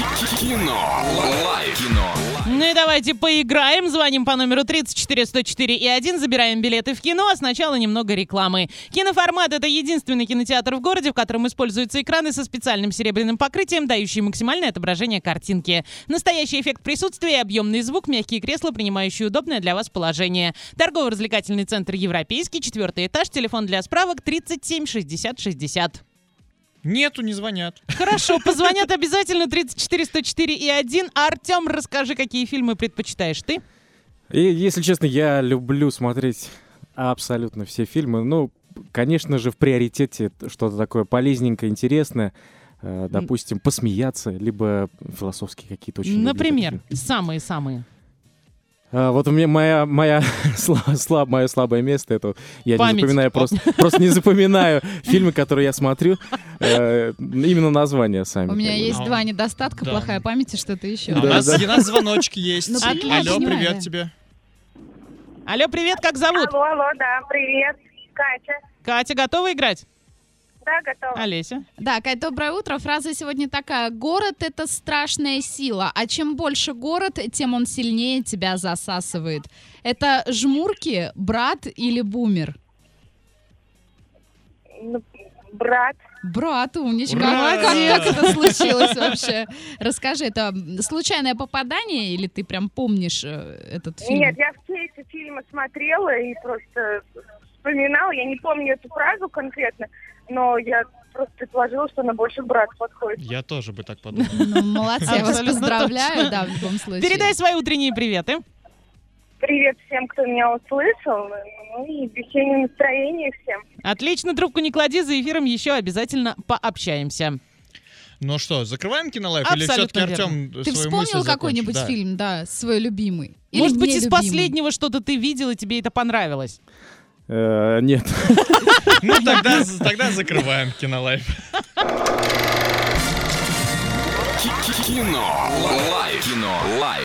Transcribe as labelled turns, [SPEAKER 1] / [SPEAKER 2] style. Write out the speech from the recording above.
[SPEAKER 1] Кино. Лайф. Кино.
[SPEAKER 2] Ну и давайте поиграем. Звоним по номеру 34104 и 1, забираем билеты в кино, а сначала немного рекламы. Киноформат — это единственный кинотеатр в городе, в котором используются экраны со специальным серебряным покрытием, дающие максимальное отображение картинки. Настоящий эффект присутствия, объемный звук, мягкие кресла, принимающие удобное для вас положение. Торгово-развлекательный центр «Европейский», четвертый этаж, телефон для справок 37 60 60.
[SPEAKER 3] Нету, не звонят.
[SPEAKER 2] Хорошо, позвонят обязательно 34104 и 1. Артем, расскажи, какие фильмы предпочитаешь ты?
[SPEAKER 4] И, если честно, я люблю смотреть абсолютно все фильмы. Ну, конечно же, в приоритете что-то такое полезненькое, интересное. Э, Допустим, посмеяться, либо философские какие-то очень. люблю
[SPEAKER 2] Например,
[SPEAKER 4] такие.
[SPEAKER 2] самые-самые.
[SPEAKER 4] А, вот у меня моя, моя сла- слаб, мое слабое место, это вот я
[SPEAKER 2] Память.
[SPEAKER 4] не запоминаю, просто, просто не запоминаю фильмы, которые я смотрю, э, именно названия сами.
[SPEAKER 5] У меня
[SPEAKER 4] как бы.
[SPEAKER 5] есть
[SPEAKER 3] А,
[SPEAKER 5] два недостатка,
[SPEAKER 3] да.
[SPEAKER 5] плохая память и что-то еще.
[SPEAKER 3] А у,
[SPEAKER 4] Да,
[SPEAKER 3] нас,
[SPEAKER 4] да.
[SPEAKER 3] у нас звоночки есть.
[SPEAKER 5] Ну, понятно,
[SPEAKER 3] Алло,
[SPEAKER 5] понимаю,
[SPEAKER 3] привет
[SPEAKER 5] да.
[SPEAKER 3] тебе.
[SPEAKER 2] Алло, привет, как зовут?
[SPEAKER 6] Алло, алло, да, привет. Катя.
[SPEAKER 2] Катя, готова играть?
[SPEAKER 6] Да, готова.
[SPEAKER 2] Олеся.
[SPEAKER 5] Да, Кать, доброе утро. Фраза сегодня такая. Город — это страшная сила, а чем больше город, тем он сильнее тебя засасывает. Это жмурки, брат или бумер?
[SPEAKER 6] Ну, брат.
[SPEAKER 5] Брат, умничка.
[SPEAKER 3] Ура!
[SPEAKER 5] А Как, как это случилось вообще? Расскажи, это случайное попадание или ты прям помнишь э, этот фильм?
[SPEAKER 6] Нет, я в кейсе фильма смотрела и просто вспоминала. Я не помню эту фразу конкретно, но я просто предположила, что она больше брат подходит.
[SPEAKER 3] Я тоже бы так подумал.
[SPEAKER 5] Ну, молодцы, я вас
[SPEAKER 2] Абсолютно
[SPEAKER 5] поздравляю,
[SPEAKER 2] точно.
[SPEAKER 5] да, в любом случае.
[SPEAKER 2] Передай свои утренние приветы.
[SPEAKER 6] Привет всем, кто меня услышал. Ну и весеннее настроение всем.
[SPEAKER 2] Отлично, трубку не клади, за эфиром еще обязательно пообщаемся.
[SPEAKER 3] Ну что, закрываем кинолайф? Или
[SPEAKER 2] Абсолютно
[SPEAKER 3] все-таки Артем
[SPEAKER 5] Ты вспомнил какой-нибудь фильм, да, свой любимый? Или
[SPEAKER 2] Может быть, из
[SPEAKER 5] нелюбимый?
[SPEAKER 2] последнего что-то ты видел, и тебе это понравилось.
[SPEAKER 4] Э, Нет,
[SPEAKER 3] Ну тогда, тогда закрываем кинолайф.
[SPEAKER 1] Кино. Лайф. Кино. Лайф.